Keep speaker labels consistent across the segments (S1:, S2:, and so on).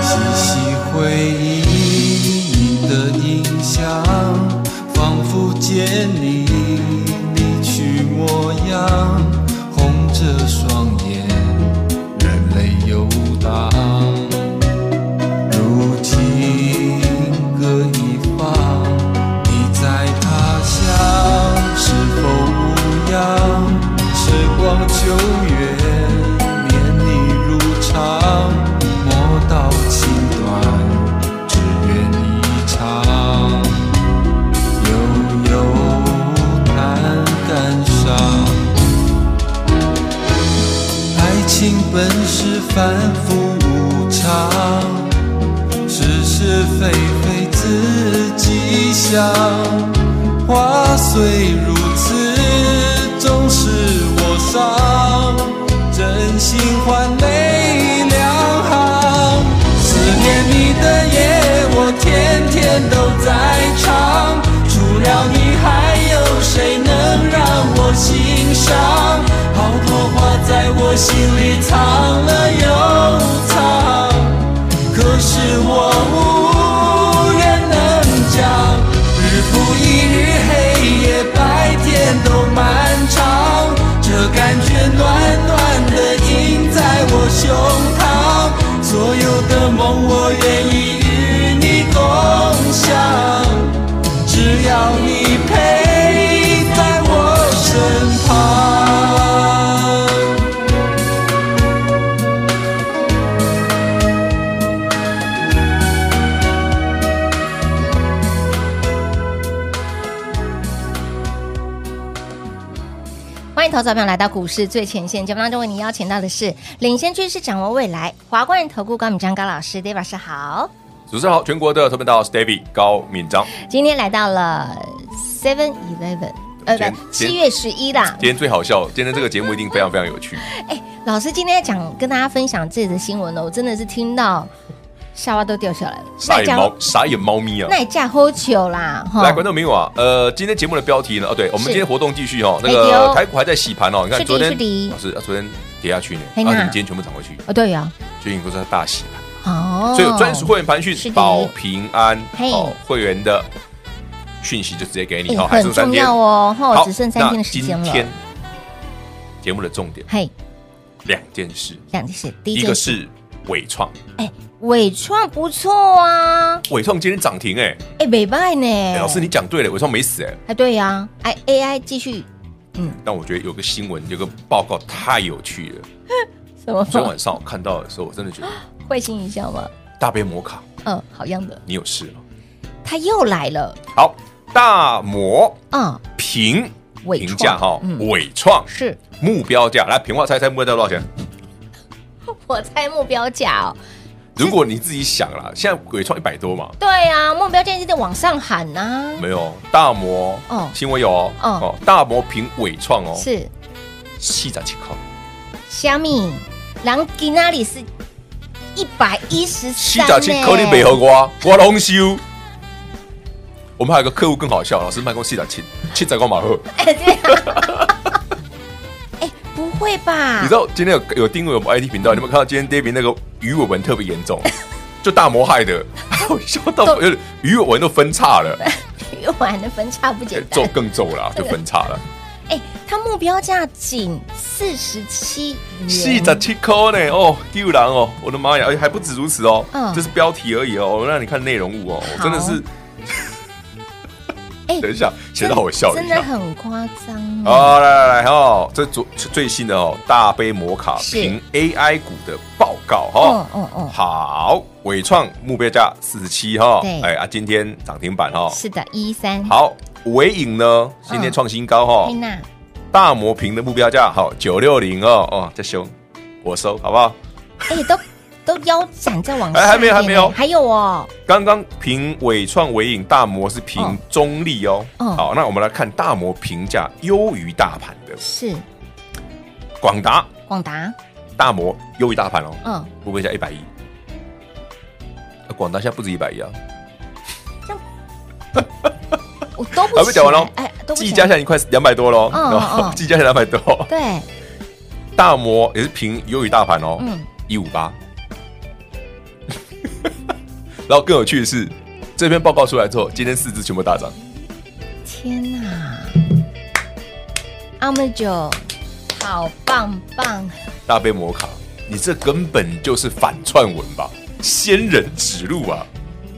S1: 细细回忆你的影像，仿佛见你离去模样，红着双眼，热泪游荡。如今各一方，你在他乡是否无恙？时光久远，绵里如常，莫道情短，只愿一场。悠悠淡淡伤。爱情本是反复无常，是是非非自己想。话虽如此，总是我伤。真心换没两行，思念你的夜，我天天都在唱。除了你，还有谁能让我心伤？好多话在我心里藏了又藏，可是我无人能讲。日复一日，黑夜白天都漫长，这感觉暖暖的，印在我胸膛。所有的梦，我愿意与你共享。只要你陪在我身旁。
S2: 欢迎投资者朋友来到股市最前线节目当中，为您邀请到的是领先趋势、掌握未来华冠投顾高敏章高老师，David 老师好。
S3: 主持人好，全国的投票到 David 高敏章，
S2: 今天来到了 Seven Eleven，呃，
S3: 今天
S2: 不，
S3: 今
S2: 七月十一啦
S3: 今。天最好笑，今天这个节目一定非常非常有趣。
S2: 哎，老师今天讲跟大家分享这则新闻呢，哦我真的是听到下巴都掉下来了。
S3: 傻眼猫，傻眼猫咪啊！
S2: 那架好球啦，
S3: 来，观众朋友啊，呃，今天节目的标题呢？哦，对，我们
S2: 哦是
S3: 今天活动继续哦。那
S2: 哎对哦
S3: 个台股还在洗盘哦，
S2: 是
S3: 你看
S2: 的
S3: 昨天
S2: 是哎的
S3: 老师，啊昨天跌下去呢，啊，
S2: 嘿
S3: 怎
S2: 呐
S3: 么今天全部涨回去？
S2: 哦，对呀、
S3: 最近都在大洗盘，
S2: 哦，
S3: 所以有专属会员盘
S2: 是
S3: 讯
S2: 的
S3: 保平安
S2: 嘿
S3: 哦，会员的讯息就直接给你
S2: 哎
S3: 哦，还
S2: 很
S3: 剩三
S2: 重
S3: 天
S2: 要哦，哈，
S3: 好，
S2: 只剩三天的
S3: 那
S2: 时间
S3: 今
S2: 了
S3: 天。节目的重点
S2: 嘿，
S3: 两件事，
S2: 两件事，第
S3: 一
S2: 一
S3: 个
S2: 件事，
S3: 是伟创，
S2: 哎，伟创不错啊，
S3: 伟创今天涨停哎。
S2: 哎，美败呢
S3: 哎，老师，你讲对了，伟创没死哎、
S2: 哎，对呀、哎，AI 继续
S3: 但我觉得有个新闻，有个报告太有 趣了。
S2: 什么
S3: 昨天晚上我看到的时候，我真的觉得
S2: 会心一笑吗？
S3: 大杯摩卡，
S2: 嗯，好样的，
S3: 你有事了。
S2: 他又来了，
S3: 好，大摩
S2: 嗯，
S3: 平
S2: 伟
S3: 评
S2: 创
S3: 价哈
S2: 嗯，
S3: 伟创
S2: 是
S3: 目标价，来平话猜猜目标价多少钱？
S2: 我猜目标价哦，
S3: 如果你自己想啦，现在伟创一百多嘛，
S2: 对啊，目标价一直在往上喊啊呐、
S3: 没有大摩
S2: 哦
S3: 新闻有哦，
S2: 嗯
S3: 哦大摩平伟创哦，
S2: 是
S3: 七十七块，
S2: 虾米，然后吉那里是一百一十
S3: 七
S2: 三，
S3: 十七块你没和我，我拢收。我们还有个客户更好笑，老师卖过七十七，七十块马赫。
S2: 啊哎，不会吧？
S3: 你知道今天有有订阅我们 IT 频道，你有没有看到今天 David 那个鱼尾纹特别严重，就大魔害的，我笑到有点鱼尾纹都分叉了，
S2: 又玩的分叉不简单
S3: 皱。更皱了啊，就分叉了，
S2: 哎，它目标价仅四十七元，
S3: 四十七颗呢，哦，丢人哦，我的妈呀，而且还不止如此哦
S2: 嗯，
S3: 这是标题而已哦，我让你看内容物哦，
S2: 好
S3: 我真的是，
S2: 哎
S3: 等一下，写到我笑了
S2: 真
S3: 一
S2: 的
S3: 下。
S2: 很夸张啊！
S3: 好，来来来哦，这最最新的哦，大杯摩卡
S2: 是
S3: 评 AI 股的报告哈、
S2: 哦哦哦，
S3: 好，伟创目标价四十七哈
S2: 对，
S3: 哎啊，今天涨停板哈。
S2: 是的，一三
S3: 好，伟影呢，今天
S2: 嗯
S3: 创新高哈
S2: 黑，娜
S3: 大摩平的目标价好九六零哦哦，这熊我收好不好？
S2: 哎、都都腰斩在往下、
S3: 哎还没有还没有
S2: 还有哦，
S3: 刚刚平伟创伟影大摩是平
S2: 哦
S3: 中立哦。
S2: 哦
S3: 好，那我们来看大摩评价优于大盘的
S2: 是
S3: 广达
S2: 广达，
S3: 大摩优于大盘哦，
S2: 嗯，
S3: 目标价一百一。呃广达现在不止一百一啊，
S2: 我都不
S3: 还啊没讲完哦喽
S2: 起来哎，都不
S3: 技
S2: 起
S3: 嘉现
S2: 来
S3: 在已经快两百多喽，
S2: 嗯 嗯嗯
S3: 技嘉现在两百多，
S2: 对，
S3: 大摩也是平优于大盘哦，
S2: 嗯，
S3: 一五八。 然后更有趣的是，这篇报告出来之后，今天四只全部大涨，
S2: 天哪、阿姆九，好棒棒，
S3: 大杯摩卡，你这根本就是反串文吧？仙人指路啊！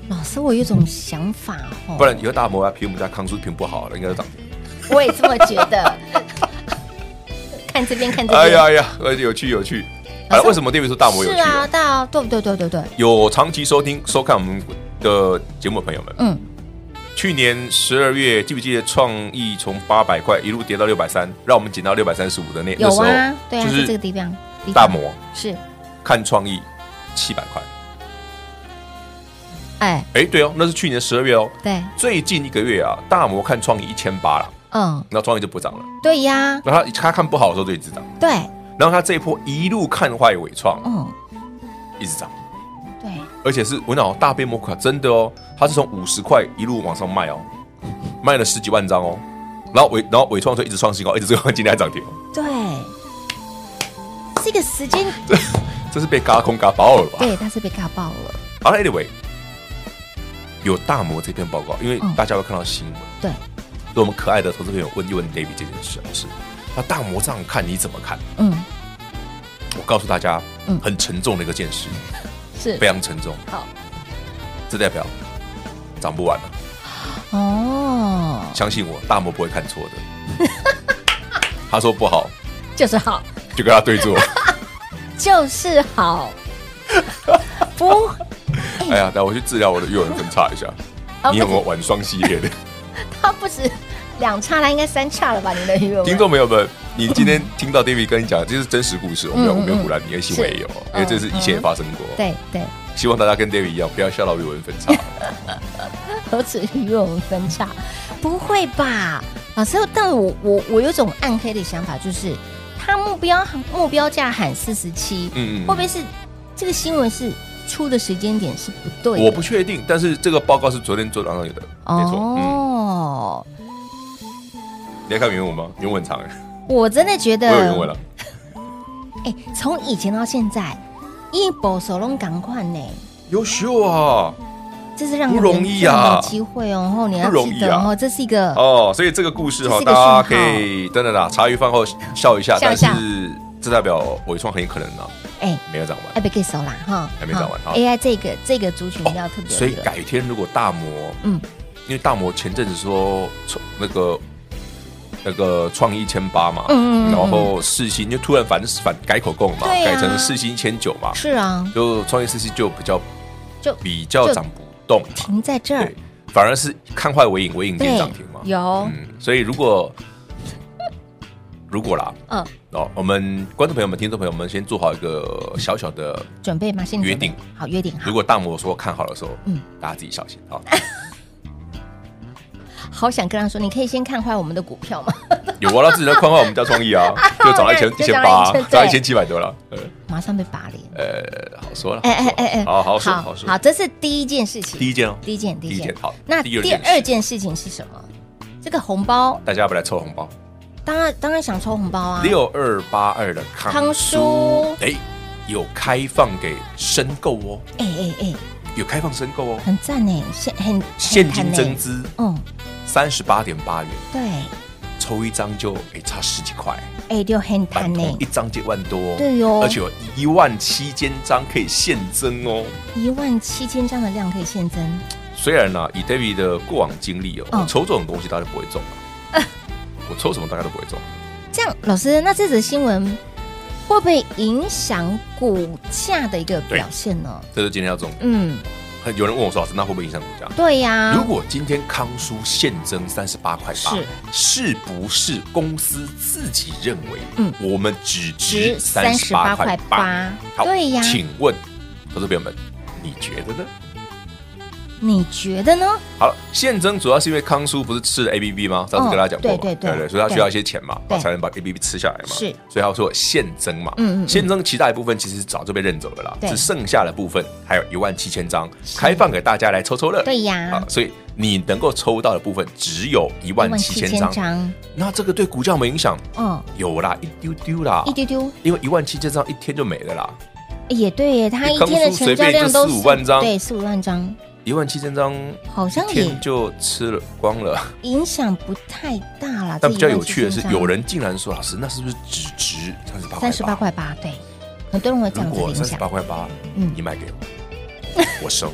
S2: 老师，我有一种想法哦，
S3: 不然以后大摩啊，凭我们家康叔评不好了，啊应该就涨停。
S2: 我也这么觉 得。看这边，看这边，
S3: 哎呀哎呀，而且有趣有趣。哎、
S2: 老师
S3: 为什么店员说大摩有
S2: 是
S3: 趣、哦
S2: 啊，大啊，对对对对对，
S3: 有长期收听收看我们的节目的朋友们，
S2: 嗯，
S3: 去年十二月记不记得创意从八百块一路跌到六百三，让我们捡到六百三十五的那那
S2: 有
S3: 时候
S2: 啊，对啊，
S3: 就是
S2: 这个
S3: 是
S2: 地方，地方
S3: 大摩
S2: 是，
S3: 看创意七百块。
S2: 哎，
S3: 哎，对哦，那是去年十二月哦。
S2: 对，
S3: 最近一个月啊，大摩看创意一千八了，
S2: 嗯，
S3: 那创意就不涨了。
S2: 对呀，
S3: 那他他看不好的时候就一直涨，
S2: 对，
S3: 然后他这一波一路看坏伟创，
S2: 嗯，
S3: 一直涨，
S2: 对，
S3: 而且是我脑哦大杯摩卡真的哦，他是从五十块一路往上卖哦，卖了十几万张哦。然后伟，然后伟创就一直创新高，一直这个今天还涨停哦，
S2: 对，这个时间，
S3: 这是被嘎空嘎爆了吧？
S2: 对，他是被卡爆了，
S3: 好了，anyway，有大摩这篇报告，因为
S2: 嗯
S3: 大家会看到新闻，
S2: 对，
S3: 所以我们可爱的投资朋友问一问 David 这件事，老师，那大摩这样看你怎么看？
S2: 嗯，
S3: 我告诉大家
S2: 嗯，
S3: 很沉重的一个见识，
S2: 是
S3: 非，常沉重。
S2: 好，
S3: 这代表涨不完了，
S2: 哦，
S3: 相信我，大摩不会看错的。 他说不好，
S2: 就是好，
S3: 就跟他对 坐。
S2: 就是 好，不，
S3: 哎呀，等我去治疗我的语文分叉一下。
S2: 啊
S3: 你有没有玩双系 列的？
S2: 他不止两叉，他应该三叉了吧？你的语文
S3: 听众朋友们，你今天听到 David 跟你讲，这是真实故事，我没有
S2: 嗯
S3: 我没有胡乱，你的新闻也有，因为这是以前也发生过。
S2: 对对，
S3: 希望大家跟 David 一样，不要笑到语文分叉。
S2: 何止与我们分叉？不会吧，老师？但我我我有种暗黑的想法，就是他目标目标价喊四十七，
S3: 嗯嗯嗯
S2: 会不会是这个新闻是出的时间点是不对的？
S3: 我不确定，但是这个报告是昨天做早上有的，没错。嗯，
S2: 哦，
S3: 你要看原文吗？原文很长哎，
S2: 我真的觉得
S3: 我有原文了。
S2: 哎，从以前到现在，一波手龙赶快呢，
S3: 优秀啊！
S2: 这是让
S3: 不容易啊
S2: 人家有机会哦，然后你要
S3: 不容
S2: 记
S3: 易啊
S2: 得哦，这是一个
S3: 哦，所以这个故事
S2: 这
S3: 哈
S2: 是，一个讯
S3: 大
S2: 号
S3: 家可以等等啦，茶余饭后笑一
S2: 笑
S3: 下，
S2: 一
S3: 但
S2: 下
S3: 是这代表伟创很有可能啊，
S2: 哎
S3: 没有涨完。
S2: 哎被给手啦哈，
S3: 还没讲完
S2: 哈
S3: 好哦
S2: AI 这个这个族群要特别
S3: 所以
S2: 留意
S3: 改天如果大摩，
S2: 嗯
S3: 因为大摩前阵子说创那个那个创意一千八嘛，
S2: 嗯嗯嗯嗯
S3: 然后世新就突然反反改口供嘛，
S2: 对啊
S3: 改成世新一千九嘛，
S2: 是啊，
S3: 就创意世新就比较
S2: 就
S3: 比较涨不动嘛，
S2: 停在这儿
S3: 对，，反而是看坏尾影，尾影今天涨停嘛，
S2: 有，
S3: 嗯，所以如果如果啦，
S2: 嗯，
S3: 哦，我们观众朋友们、听众朋友们，先做好一个小小的，
S2: 准备吗？先
S3: 约定
S2: 好，约定好
S3: 如，果大摩说看好的时候，
S2: 嗯
S3: 大家自己小心啊，
S2: 好想跟他说，你可以先看坏我们的股票吗？
S3: 有啊，他自己在宽化我们家创意啊， 就涨到一千一
S2: 就
S3: 千
S2: 涨
S3: 八
S2: 到1000，
S3: 涨一千七百多了，呃
S2: 马上被拔脸，
S3: 呃，好说了，
S2: 哎哎哎哎，
S3: 好好说
S2: 好
S3: 好，说
S2: 好，，这是第一件事情，
S3: 第一件哦，
S2: 第一件，第
S3: 第一件好
S2: 那
S3: 第二
S2: 第
S3: 件
S2: 二件事情是什么？这个红包，
S3: 大家要不要来抽红包，
S2: 当然当然想抽红包啊，
S3: 六二八二的康
S2: 康
S3: 叔
S2: 叔，
S3: 哎，有开放给申购哦，
S2: 哎哎哎，
S3: 有开放申购哦，
S2: 很赞哎，现很
S3: 现金，
S2: 很
S3: 增
S2: 赞耶
S3: 资
S2: 嗯，
S3: 三十八点八元，
S2: 对，
S3: 抽一张就哎差十几块。
S2: 哎就很
S3: 版
S2: 弹呢
S3: 图，一张就一万多，
S2: 对哦
S3: 而且有一万七千张可以现增哦。
S2: 一万七千张的量可以现增，
S3: 虽然呢、以 David 的过往经历哦，
S2: 嗯
S3: 我抽这种东西大家都不会中、啊， 我抽什么大家都不会中。
S2: 这样老师，那这则新闻会不会影响股价的一个表现呢？
S3: 这是今天要中，
S2: 嗯，
S3: 很有人问我说，老师，那会不会影响股价？
S2: 对呀
S3: 如，果今天康舒现增三十八块八
S2: 嗯是，
S3: 是不是公司自己认为，
S2: 嗯
S3: 我们只值
S2: 值
S3: 三十八块八
S2: 38.8？
S3: 好，
S2: 对呀
S3: 请问投资朋友们，你觉得呢？
S2: 你觉得呢？
S3: 好了，现增主要是因为康舒不是吃了 A B B 吗？上次跟大家讲过嘛，
S2: 哦对对对
S3: 所以他需
S2: 对
S3: 要一些钱嘛，
S2: 对
S3: 才能把 A B B 吃下来嘛，
S2: 是
S3: 所以他说现增嘛，
S2: 嗯嗯嗯
S3: 现增其他一部分其实早就被认走了啦，
S2: 对
S3: 只剩下的部分还有一万七千张开放给大家来抽抽乐，
S2: 对呀
S3: 啊，所以你能够抽到的部分只有一万七千张，
S2: 张，
S3: 那这个对股价有没有影响？
S2: 嗯，
S3: 有啦，一丢丢啦
S2: 一，丢丢哎
S3: 因为一万七千张一天就没了啦，
S2: 也对耶，它
S3: 你
S2: 一
S3: 刚
S2: 天的
S3: 说
S2: 成
S3: 随
S2: 交
S3: 便
S2: 量
S3: 就
S2: 都
S3: 45万张
S2: 对，四五万张，
S3: 一万七千张
S2: 好像
S3: 一
S2: 也
S3: 天就吃了光了。
S2: 影响不太大啦。
S3: 但比较有趣的是，有
S2: 人
S3: 人竟然说：“老师，那是不是只值三十八？
S2: 三十八？块八，对，很多人会这
S3: 如
S2: 样子
S3: 果
S2: 影
S3: 三十
S2: 响
S3: 八。块八，
S2: 嗯
S3: 你卖给我，我收。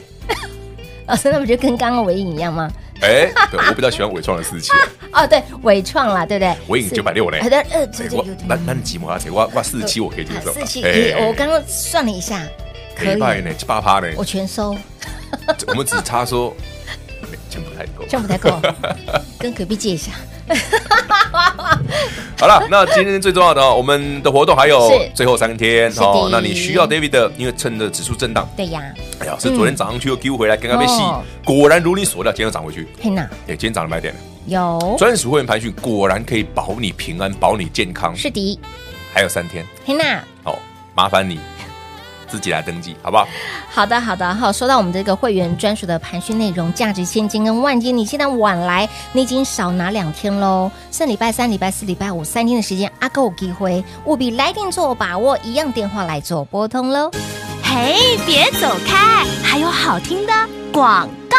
S2: 老师，那不就跟刚刚伟影一样吗？
S3: 哎，对我比较喜欢伟创的啊事情，
S2: 哦，对，伟创啦，对不对？
S3: 伟影
S2: 是
S3: 960嘞
S2: 哎对，呃，对
S3: 哎
S2: 对
S3: 我
S2: 有点
S3: 那那你几毛啊？我我四十
S2: 呃
S3: 七我可以接 受。
S2: 四七
S3: 哎
S2: 一，我刚刚算了一下，可
S3: 没卖
S2: 以，
S3: 呢，八趴呢，
S2: 我全收，
S3: 我们只差说哎钱不太够。
S2: 这样不太 够，跟隔壁借一下。
S3: 好了，那今天最重要的哦，我们的活动还有
S2: 是
S3: 最后三天
S2: 是的
S3: 哦。那你需要 David 的，因为趁着指数震荡，
S2: 对呀，
S3: 哎呀，是昨天早上去又 Q 回来，刚刚被吸
S2: 嗯哦，
S3: 果然如你所料，今天又涨回去。
S2: 佩娜
S3: 哎，今天涨了百点了。
S2: 有
S3: 专属会员培训果然可以保你平安，保你健康。
S2: 是的，
S3: 还有三天，
S2: 佩娜。
S3: 哦，麻烦你自己来登记，好不好？
S2: 好的，好的，好。说到我们这个会员专属的盘讯内容，价值千金跟万金，你现在晚来，你已经少拿两天喽。剩礼拜三、礼拜四、礼拜五三天的时间，阿够有机会，务必来电做把握，一样电话来做拨通喽。
S4: 嘿，别走开，还有好听的广告。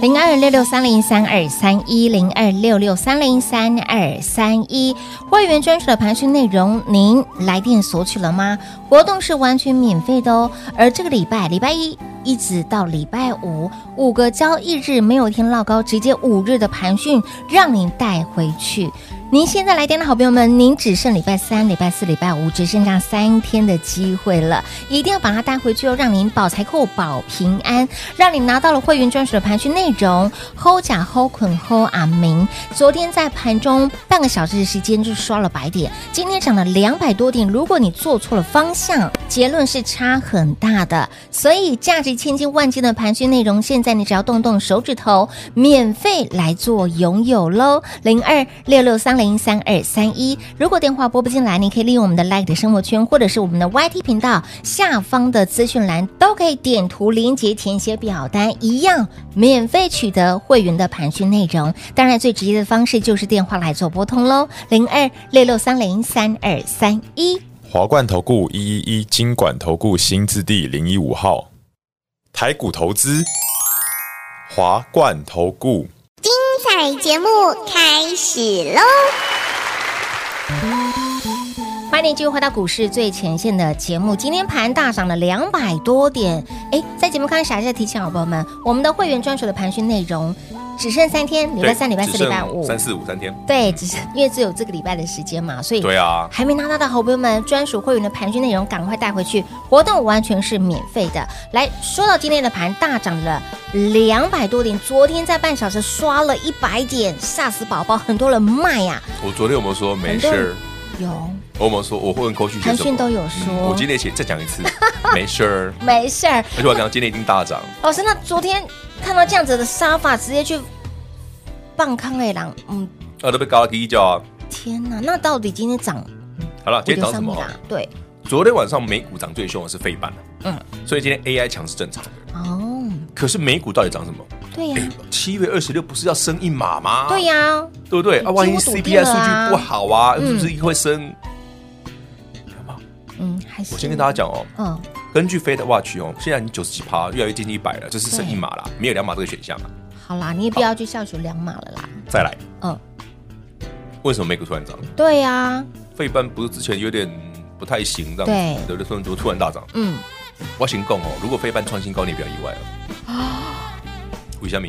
S2: 零二六六三零三二三一零二六六三零三二三一会员专属的盘讯内容，您来电索取了吗？活动是完全免费的哦。而这个礼拜，礼拜一一直到礼拜五，五个交易日没有一天落高，直接五日的盘讯让您带回去。您现在来电的好朋友们，您只剩礼拜三、礼拜四、礼拜五，只剩下三天的机会了，一定要把它带回去哦，让您保财库、保平安，让你拿到了会员专属的盘区内容。齁甲、齁捆、齁阿明，昨天在盘中半个小时的时间就刷了百点，今天涨了两百多点。如果你做错了方向，结论是差很大的。所以价值千金万金的盘区内容，现在你只要动动手指头，免费来做拥有喽。零二六六三零三二三一。如果电话拨不进来，你可以利用我们的 Like 的生活圈，或者是我们的 YT 频道下方的资讯栏，都可以点图连接填写表单，一样免费取得会员的盘讯内容。当然，最直接的方式就是电话来做拨通喽，零二六六三零三二三一。
S5: 华冠投顾一一一金管投顾新字第零一五号，台股投资，华冠投顾。
S6: 彩节目开始喽！
S2: 欢迎你继续回到股市最前线的节目。今天盘大涨了两百多点，哎，在节目开始还是提醒好朋友们，我们的会员专属的盘讯内容只剩三天，礼拜三、礼拜四、礼拜五，
S3: 三四五三天，
S2: 对，只是因为只有这个礼拜的时间嘛，所以
S3: 对啊，
S2: 还没拿到的好朋友们，专属会员的盘区内容赶快带回去，活动完全是免费的。来说到今天的盘大涨了两百多点，昨天在半小时刷了一百点，吓死宝宝，很多人卖呀、
S3: 我昨天有没有说没事
S2: 很多
S3: 儿
S2: 人？有
S3: 我有没有说我会问扣讯
S2: 腾讯都有说
S3: 嗯我今天写再讲一次，没事儿。
S2: 没事儿，
S3: 而且我讲今天一定大涨，
S2: 老师，那昨天看到这样子的杀法，直接去棒康哎狼，嗯，
S3: 啊都被高了第一叫啊。
S2: 天哪，那到底今天涨
S3: 好了，今天涨什么
S2: 五六？三不打对，
S3: 昨天晚上美股涨最凶的是费半，啊
S2: 嗯，
S3: 所以今天 AI 强是正常的。
S2: 哦，
S3: 可是美股到底涨什么？
S2: 对
S3: 哎
S2: 呀、
S3: 七月二十六不是要升一码吗？
S2: 对、呀、
S3: 对不对？
S2: 已
S3: 啊，万一
S2: 几乎笃
S3: CPI
S2: 定了啊
S3: 数据不好啊，
S2: 嗯
S3: 是不是会升？干嘛
S2: 嗯，还是
S3: 我先跟大家讲哦，
S2: 嗯，
S3: 根据 Fed Watch 哦，现在已经九十几趴，越来越接近一百了，就是剩一码啦，没有两码这个选项了。
S2: 好啦，你也不要去笑学两码了啦。
S3: 再来，
S2: 嗯，
S3: 为什么美股突然涨？
S2: 对呀，
S3: 费半不是之前有点不太行这样
S2: 对
S3: 子，对不对？突然突然大涨，
S2: 嗯，
S3: 我先讲哦，如果费半创新高，你也不要意外了。哦为什么？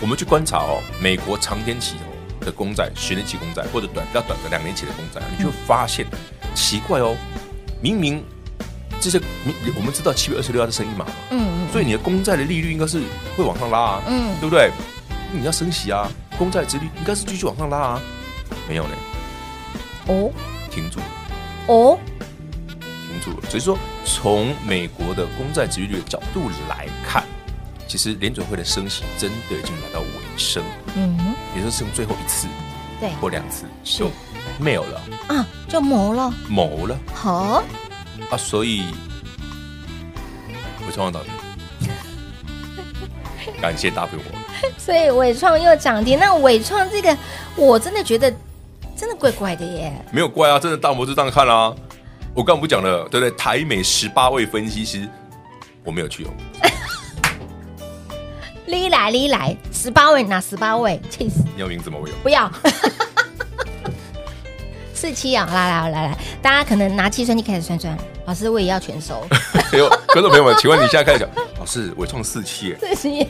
S3: 我们去观察哦，美国长天期哦的公债、十年期公债或
S2: 嗯
S3: 者短比较短的两年期的公债，你就会发现奇怪哦，明明这些你我们知道七月二十六号是升一码嘛，
S2: 嗯
S3: 所以你的公债的利率应该是会往上拉啊，
S2: 嗯
S3: 对不对？你要升息啊，公债殖率应该是继续往上拉啊，没有呢，
S2: 哦
S3: 停住，
S2: 哦，
S3: 停住了。所以说，从美国的公债殖利率的角度来看，其实联准会的升息真的已经来到尾声，
S2: 嗯哼，
S3: 也就是剩最后一次
S2: 对
S3: 或两次
S2: 是
S3: 就没有了，
S2: 啊，就谋了，
S3: 谋了
S2: 好，
S3: 啊，所以我创造导感谢大朋友。
S2: 所以伟创又涨停。那伟创这个，我真的觉得真的怪怪的耶。
S3: 没有怪啊，真的大摩就这样看啦、啊我刚刚不讲了，对不对？台美十八位分析师，我没有去哦，
S2: 哩来哩来，十八位哪十八位？ 气死！
S3: 你要名字吗？我有。
S2: 不要。 四七啊，来来来来，大家可能拿计算机开始算算，老师我也要全 收，
S3: 哎呦，观众朋友们，请问你现在开始讲，老师，我创四七耶，
S2: 四七耶，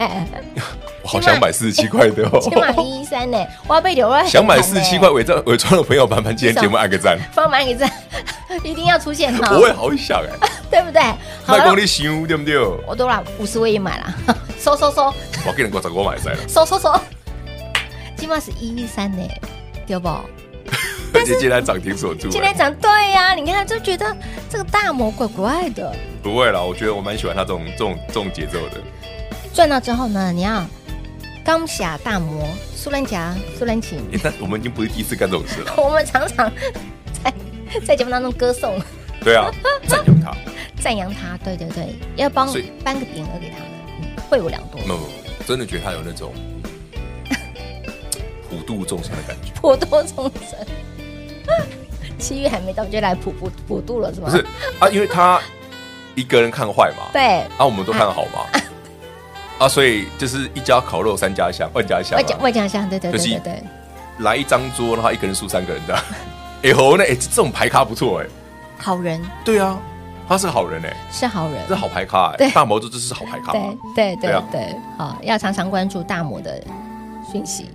S3: 我好想买四十七块的
S2: 起码
S3: 哦，
S2: 一一三呢，我要被留了。
S3: 想买四十七块，伪装伪装的朋友，麻烦今天节目按个赞，
S2: 放满一站， 一定要出现哈，
S3: 我也好想哎，
S2: 对不对？ 好啊
S3: 卖
S2: 了
S3: 光，你行对不对？我
S2: 我多了五十位也买了， 收收收
S3: 给人给我找给我买塞了，
S2: 收收收，起码是一一三呢，对不？
S3: 而且今天涨停锁住
S2: 今天
S3: 了，
S2: 讲对呀、你看就觉得这个大魔怪怪的，
S3: 不会啦，我觉得我蛮喜欢他这种这种这种节奏的，
S2: 赚到之后呢，你要钢侠大魔苏兰甲、苏兰琴，
S3: 诶但我们已经不是第一次干这种事了，
S2: 我们常常 在在节目当中歌颂
S3: 对 啊，赞扬他，
S2: 赞扬他，对对对，要帮
S3: 所以
S2: 颁个匾额给他们，嗯会有良多，
S3: no，真的觉得他有那种普度众生的感觉，
S2: 普度众生。 七月还没到就来普普普度了是吗？
S3: 不是啊，因为他一个人看坏嘛，
S2: 对，
S3: 啊，我们都看好 嘛。啊，所以就是一家烤肉三家香，万家香、
S2: 外加
S3: 啊，
S2: 外加香，对对对
S3: 就是
S2: 对对，
S3: 来一张桌，然后一个人输三个人的。 哎吼，那哎、这种牌咖不错哎、
S2: 好人
S3: 对啊，他是好人哎、
S2: 是好人
S3: 这，好牌咖哎、
S2: 对
S3: 大魔咒这是好牌咖嘛。
S2: 对对
S3: 对
S2: 对
S3: 啊
S2: 对，好，要常常关注大魔的讯息。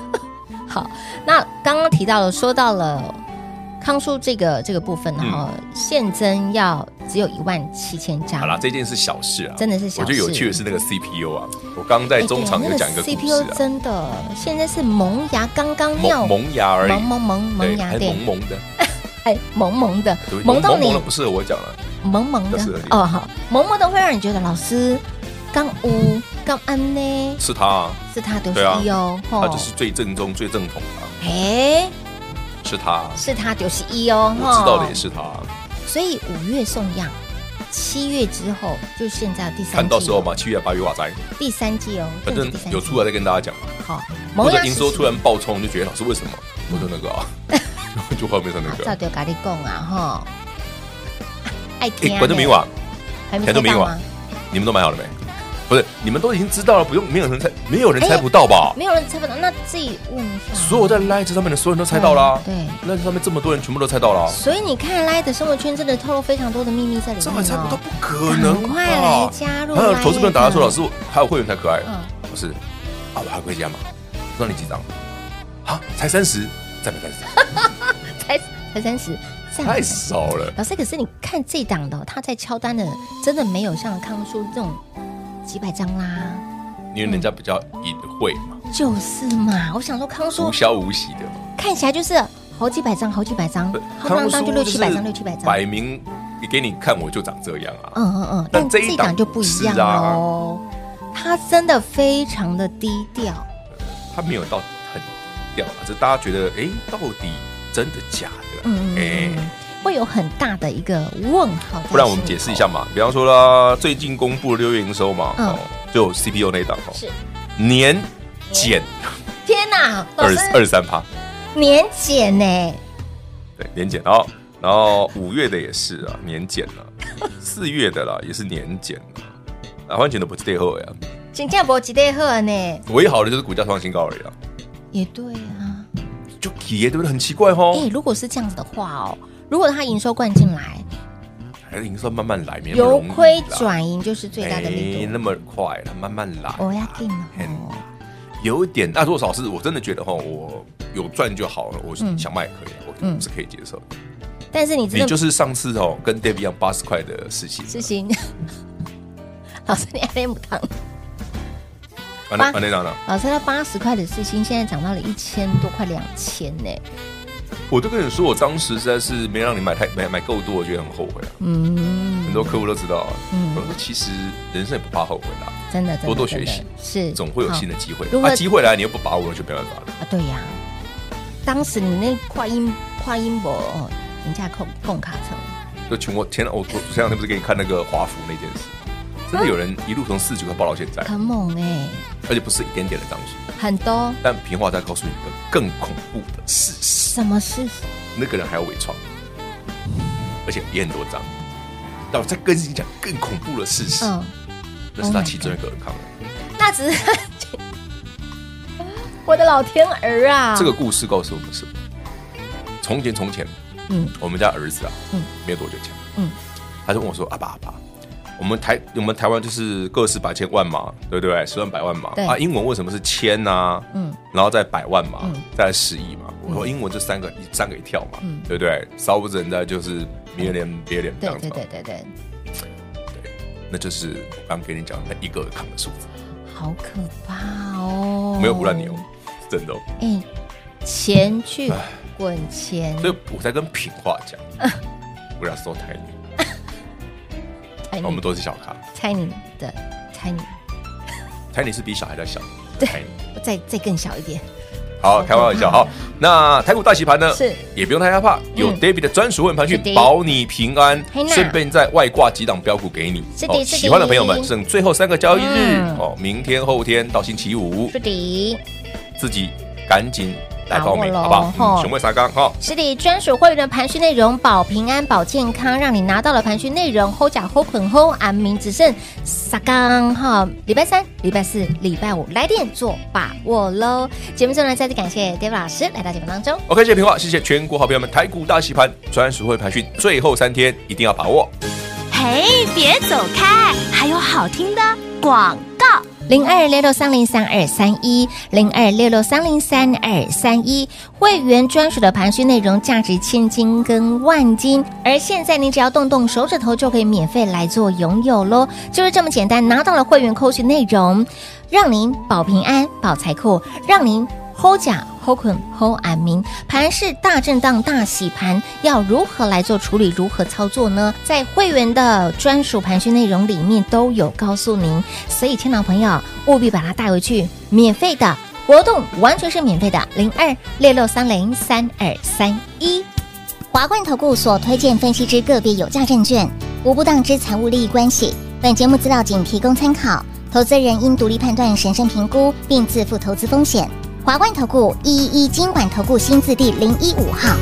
S2: 好，那刚刚提到了，说到了康叔这个这个部分，然后现增要只有一万七千张，
S3: 嗯好啦，这件是小事啊，
S2: 真的是小事
S3: 我觉得有趣的是那个 CPU 啊，我刚刚在
S2: 哎
S3: 中场
S2: 对
S3: 有讲一个
S2: 那
S3: 故
S2: CPU
S3: 事啊，
S2: 真的现在是萌芽刚刚要
S3: 萌萌芽而已
S2: 萌，萌萌萌芽
S3: 还
S2: 对
S3: 萌，萌的，
S2: 哎萌萌的
S3: 对
S2: 萌到
S3: 萌萌
S2: 你
S3: 的不适合我讲了，
S2: 萌萌的
S3: 不是而已
S2: 哦好萌萌的会让你觉得老师刚乌刚安呢
S3: 是他啊，
S2: 是他丢
S3: 对啊
S2: 一哦，
S3: 他
S2: 吼
S3: 就是最正宗、最正统的啊，
S2: 哎。
S3: 是他啊，
S2: 是他九十一哦，
S3: 我
S2: 吼
S3: 知道的也。是他啊，
S2: 所以五月送样，七月之后就现在第三季、哦，
S3: 看到时候嘛，七月八月哇塞，
S2: 第三季哦，
S3: 反正
S2: 第三季
S3: 有出来再跟大家讲。
S2: 好，
S3: 或
S2: 萌
S3: 者
S2: 芽
S3: 营收突然爆冲，就觉得老师为什么？我说那个啊， 就画面上 那个
S2: 照。丢咖喱贡啊哈，爱听啊
S3: 哎，
S2: 呢
S3: 观众明晚，
S2: 还没
S3: 观众
S2: 猜
S3: 明
S2: 到吗
S3: 晚？，你们都买好了没？不是，你们都已经知道了，不用，没有人猜，没有人猜不到吧？
S2: 没有人猜不到，那自己问一下。
S3: 所有在 Light 上面的所有人都猜到啦。
S2: 嗯对
S3: ，Light 上面这么多人全部都猜到啦，
S2: 所以你看，来的生活圈真的透露非常多的秘密在里面、哦。
S3: 这还猜不到，不可能吧。
S2: 赶快来加入
S3: 还有
S2: Lite
S3: 投资朋友打来说，老师，我还有会员才可爱
S2: 嗯。
S3: 老师，啊，我还可以加吗？让你几张？啊，才三十，再买三十，
S2: 才才三十，赞
S3: 太少了。
S2: 老师，可是你看这档的哦，他在敲单的，真的没有像康叔这种几百张啦，
S3: 因为人家比较隐晦嘛，
S2: 就是嘛。我想说，康叔
S3: 无消无息的。
S2: 看起来就是好几百张，好几百张，浩
S3: 呃康
S2: 荡
S3: 叔
S2: 荡就六七百
S3: 就是
S2: 张，六七百张。
S3: 摆明给你看，我就长这样啊。
S2: 嗯嗯嗯，
S3: 但
S2: 但
S3: 这
S2: 这
S3: 一
S2: 一
S3: 档
S2: 档就不一样
S3: 是啊
S2: 哦，他真的非常的低调。
S3: 他没有到很掉啊，就大家觉得，哎，到底真的假的啊？
S2: 嗯嗯嗯嗯，会有很大的一个问号。
S3: 不然我们解释一下，嘛，比方说啦，最近公布的六月营收嘛，
S2: 嗯
S3: 哦，就有 CPU 那一档哦，
S2: 是
S3: 年减
S2: 天哪，老
S3: 二
S2: 师
S3: 二十三趴，
S2: 年检呢？
S3: 对，年减哦。然后五月的也是啊，年减了、四月的啦也是年减了、啊，换钱都不是最后呀。
S2: 请假博几代贺呢？
S3: 唯一好的就是股价创新高而已啊，
S2: 也对啊。
S3: 就跌对不对？很奇怪哦
S2: 哎、，如果是这样子的话哦，如果他营收灌进来，
S3: 还是营收哎慢慢来，没那么
S2: 由
S3: 容易啦
S2: 亏转盈就是最大的力
S3: 没那
S2: 度。
S3: 么快了，慢慢来。
S2: 我要定了
S3: 很
S2: 哦，
S3: 有一点，那如果老哦师，我真的觉得哈，我有赚就好了，我
S2: 嗯
S3: 想卖也可以，我
S2: 嗯
S3: 是可以接受的。
S2: 但是你真
S3: 你
S2: 的
S3: 就是上次哦跟 David 一样八十块的事情，
S2: 事情， 老师你还在母汤。
S3: 安
S2: 八
S3: 安内娜娜，
S2: 老师，那八十块的事情现在涨到了一千多块，两千呢。
S3: 我都跟你说，我当时实在是没让你买太买买够多，我觉得很后悔啊。
S2: 嗯，
S3: 很多客户都知道啊。
S2: 嗯
S3: 我说其实人生也不怕后悔啦，
S2: 真的，真的
S3: 多多
S2: 真
S3: 学
S2: 的
S3: 习
S2: 是
S3: 总会有
S2: 好
S3: 新的机会
S2: 如。何
S3: 啊，机会来你又不把握，就没办法了。
S2: 啊，对呀、当时你那跨音跨音博哦，人家控控卡层，
S3: 就请我前我我前两天不是给你看那个华府那件事，真的有人一路从四九块报到现在，
S2: 很猛哎、
S3: 而且不是一点点的张数。
S2: 很多
S3: 但平话再告诉你一个更恐怖的事实，
S2: 什么事？
S3: 那个人还要伪创，而且也很多张。那我再跟你讲更恐怖的事实，
S2: 嗯，
S3: 那是他
S2: Oh my
S3: 其中一个人扛的。
S2: 那只是我的老天儿啊！
S3: 这个故事告诉我们什么？从前从前，
S2: 嗯，
S3: 我们家儿子啊，
S2: 嗯
S3: 嗯，没有多久前，
S2: 嗯
S3: 嗯，他就问我说：“阿爸阿爸，我们台我们台湾就是个是百千万嘛，对不对？十万百万嘛，
S2: 对
S3: 啊，英文为什么是千呐？
S2: 嗯
S3: 嗯，然后再百万嘛
S2: 嗯，
S3: 再来十亿嘛。我说英文就三个一三个一跳嘛，对不对？稍不人家就是 million billion 这
S2: 对
S3: 样子
S2: 对
S3: 啊嘛
S2: 对，对对，
S3: 那就是我刚跟你讲那一个扛的数字，
S2: 好可怕哦！
S3: 没有胡乱你哦，真的哦。
S2: 哎、钱去滚钱，
S3: 所以我在跟品话 讲，不要说台语。”
S2: 猜
S3: 我们
S2: 你
S3: 都是小咖，
S2: 猜你的，猜你，
S3: 台你是比小孩在小，
S2: 对
S3: 台泥
S2: 再再更小一点，
S3: 好，开玩笑。好，那台股大洗盘呢？
S2: 是嗯
S3: 也不用太害怕，有 David 的专属问盘去
S2: 是的
S3: 保你平安
S2: 嘿，呐
S3: 顺便再外挂几档标股给你。
S2: 是的
S3: 哦
S2: 是的
S3: 喜欢的朋友们，剩最后三个交易日
S2: 嗯
S3: 哦，明天、后天到星期五
S2: 是，的。
S3: 自己赶紧来报名，
S2: 把握
S3: 好
S2: 咯
S3: 不好？
S2: 吼
S3: 嗯熊妹沙刚哈，
S2: 是的，专属会员的盘序内容保平安、保健康，让你拿到了盘序内容，齁甲、齁捆、齁安明，只剩撒刚哈。礼拜三、礼拜四、礼拜五来电做把握喽。节目最后呢，再次感谢 David 老师来到节目当中。
S3: OK，谢谢平话，谢谢全国好朋友们，台股大洗盘专属会盘讯，最后三天一定要把握。
S4: 嘿，别走开，还有好听的广告。
S2: 零二六六三零三二三一，零二六六三零三二三一，会员专属的盘序内容价值千金跟万金，而现在你只要动动手指头就可以免费来做拥有喽，就是这么简单。拿到了会员扣讯内容，让您保平安、保财库，让您。齁甲、齁捆、齁安民，盘是大震荡、大洗盘，要如何来做处理、如何操作呢？在会员的专属盘讯内容里面都有告诉您，所以，亲老朋友务必把它带回去，免费的活动完全是免费的，零二六六三零三二三一。
S6: 华冠投顾所推荐分析之个别有价证券，无不当之财务利益关系。本节目资料仅提供参考，投资人应独立判断、审慎评估，并自负投资风险。华冠投顾一一一金管投顾新字第零一五号。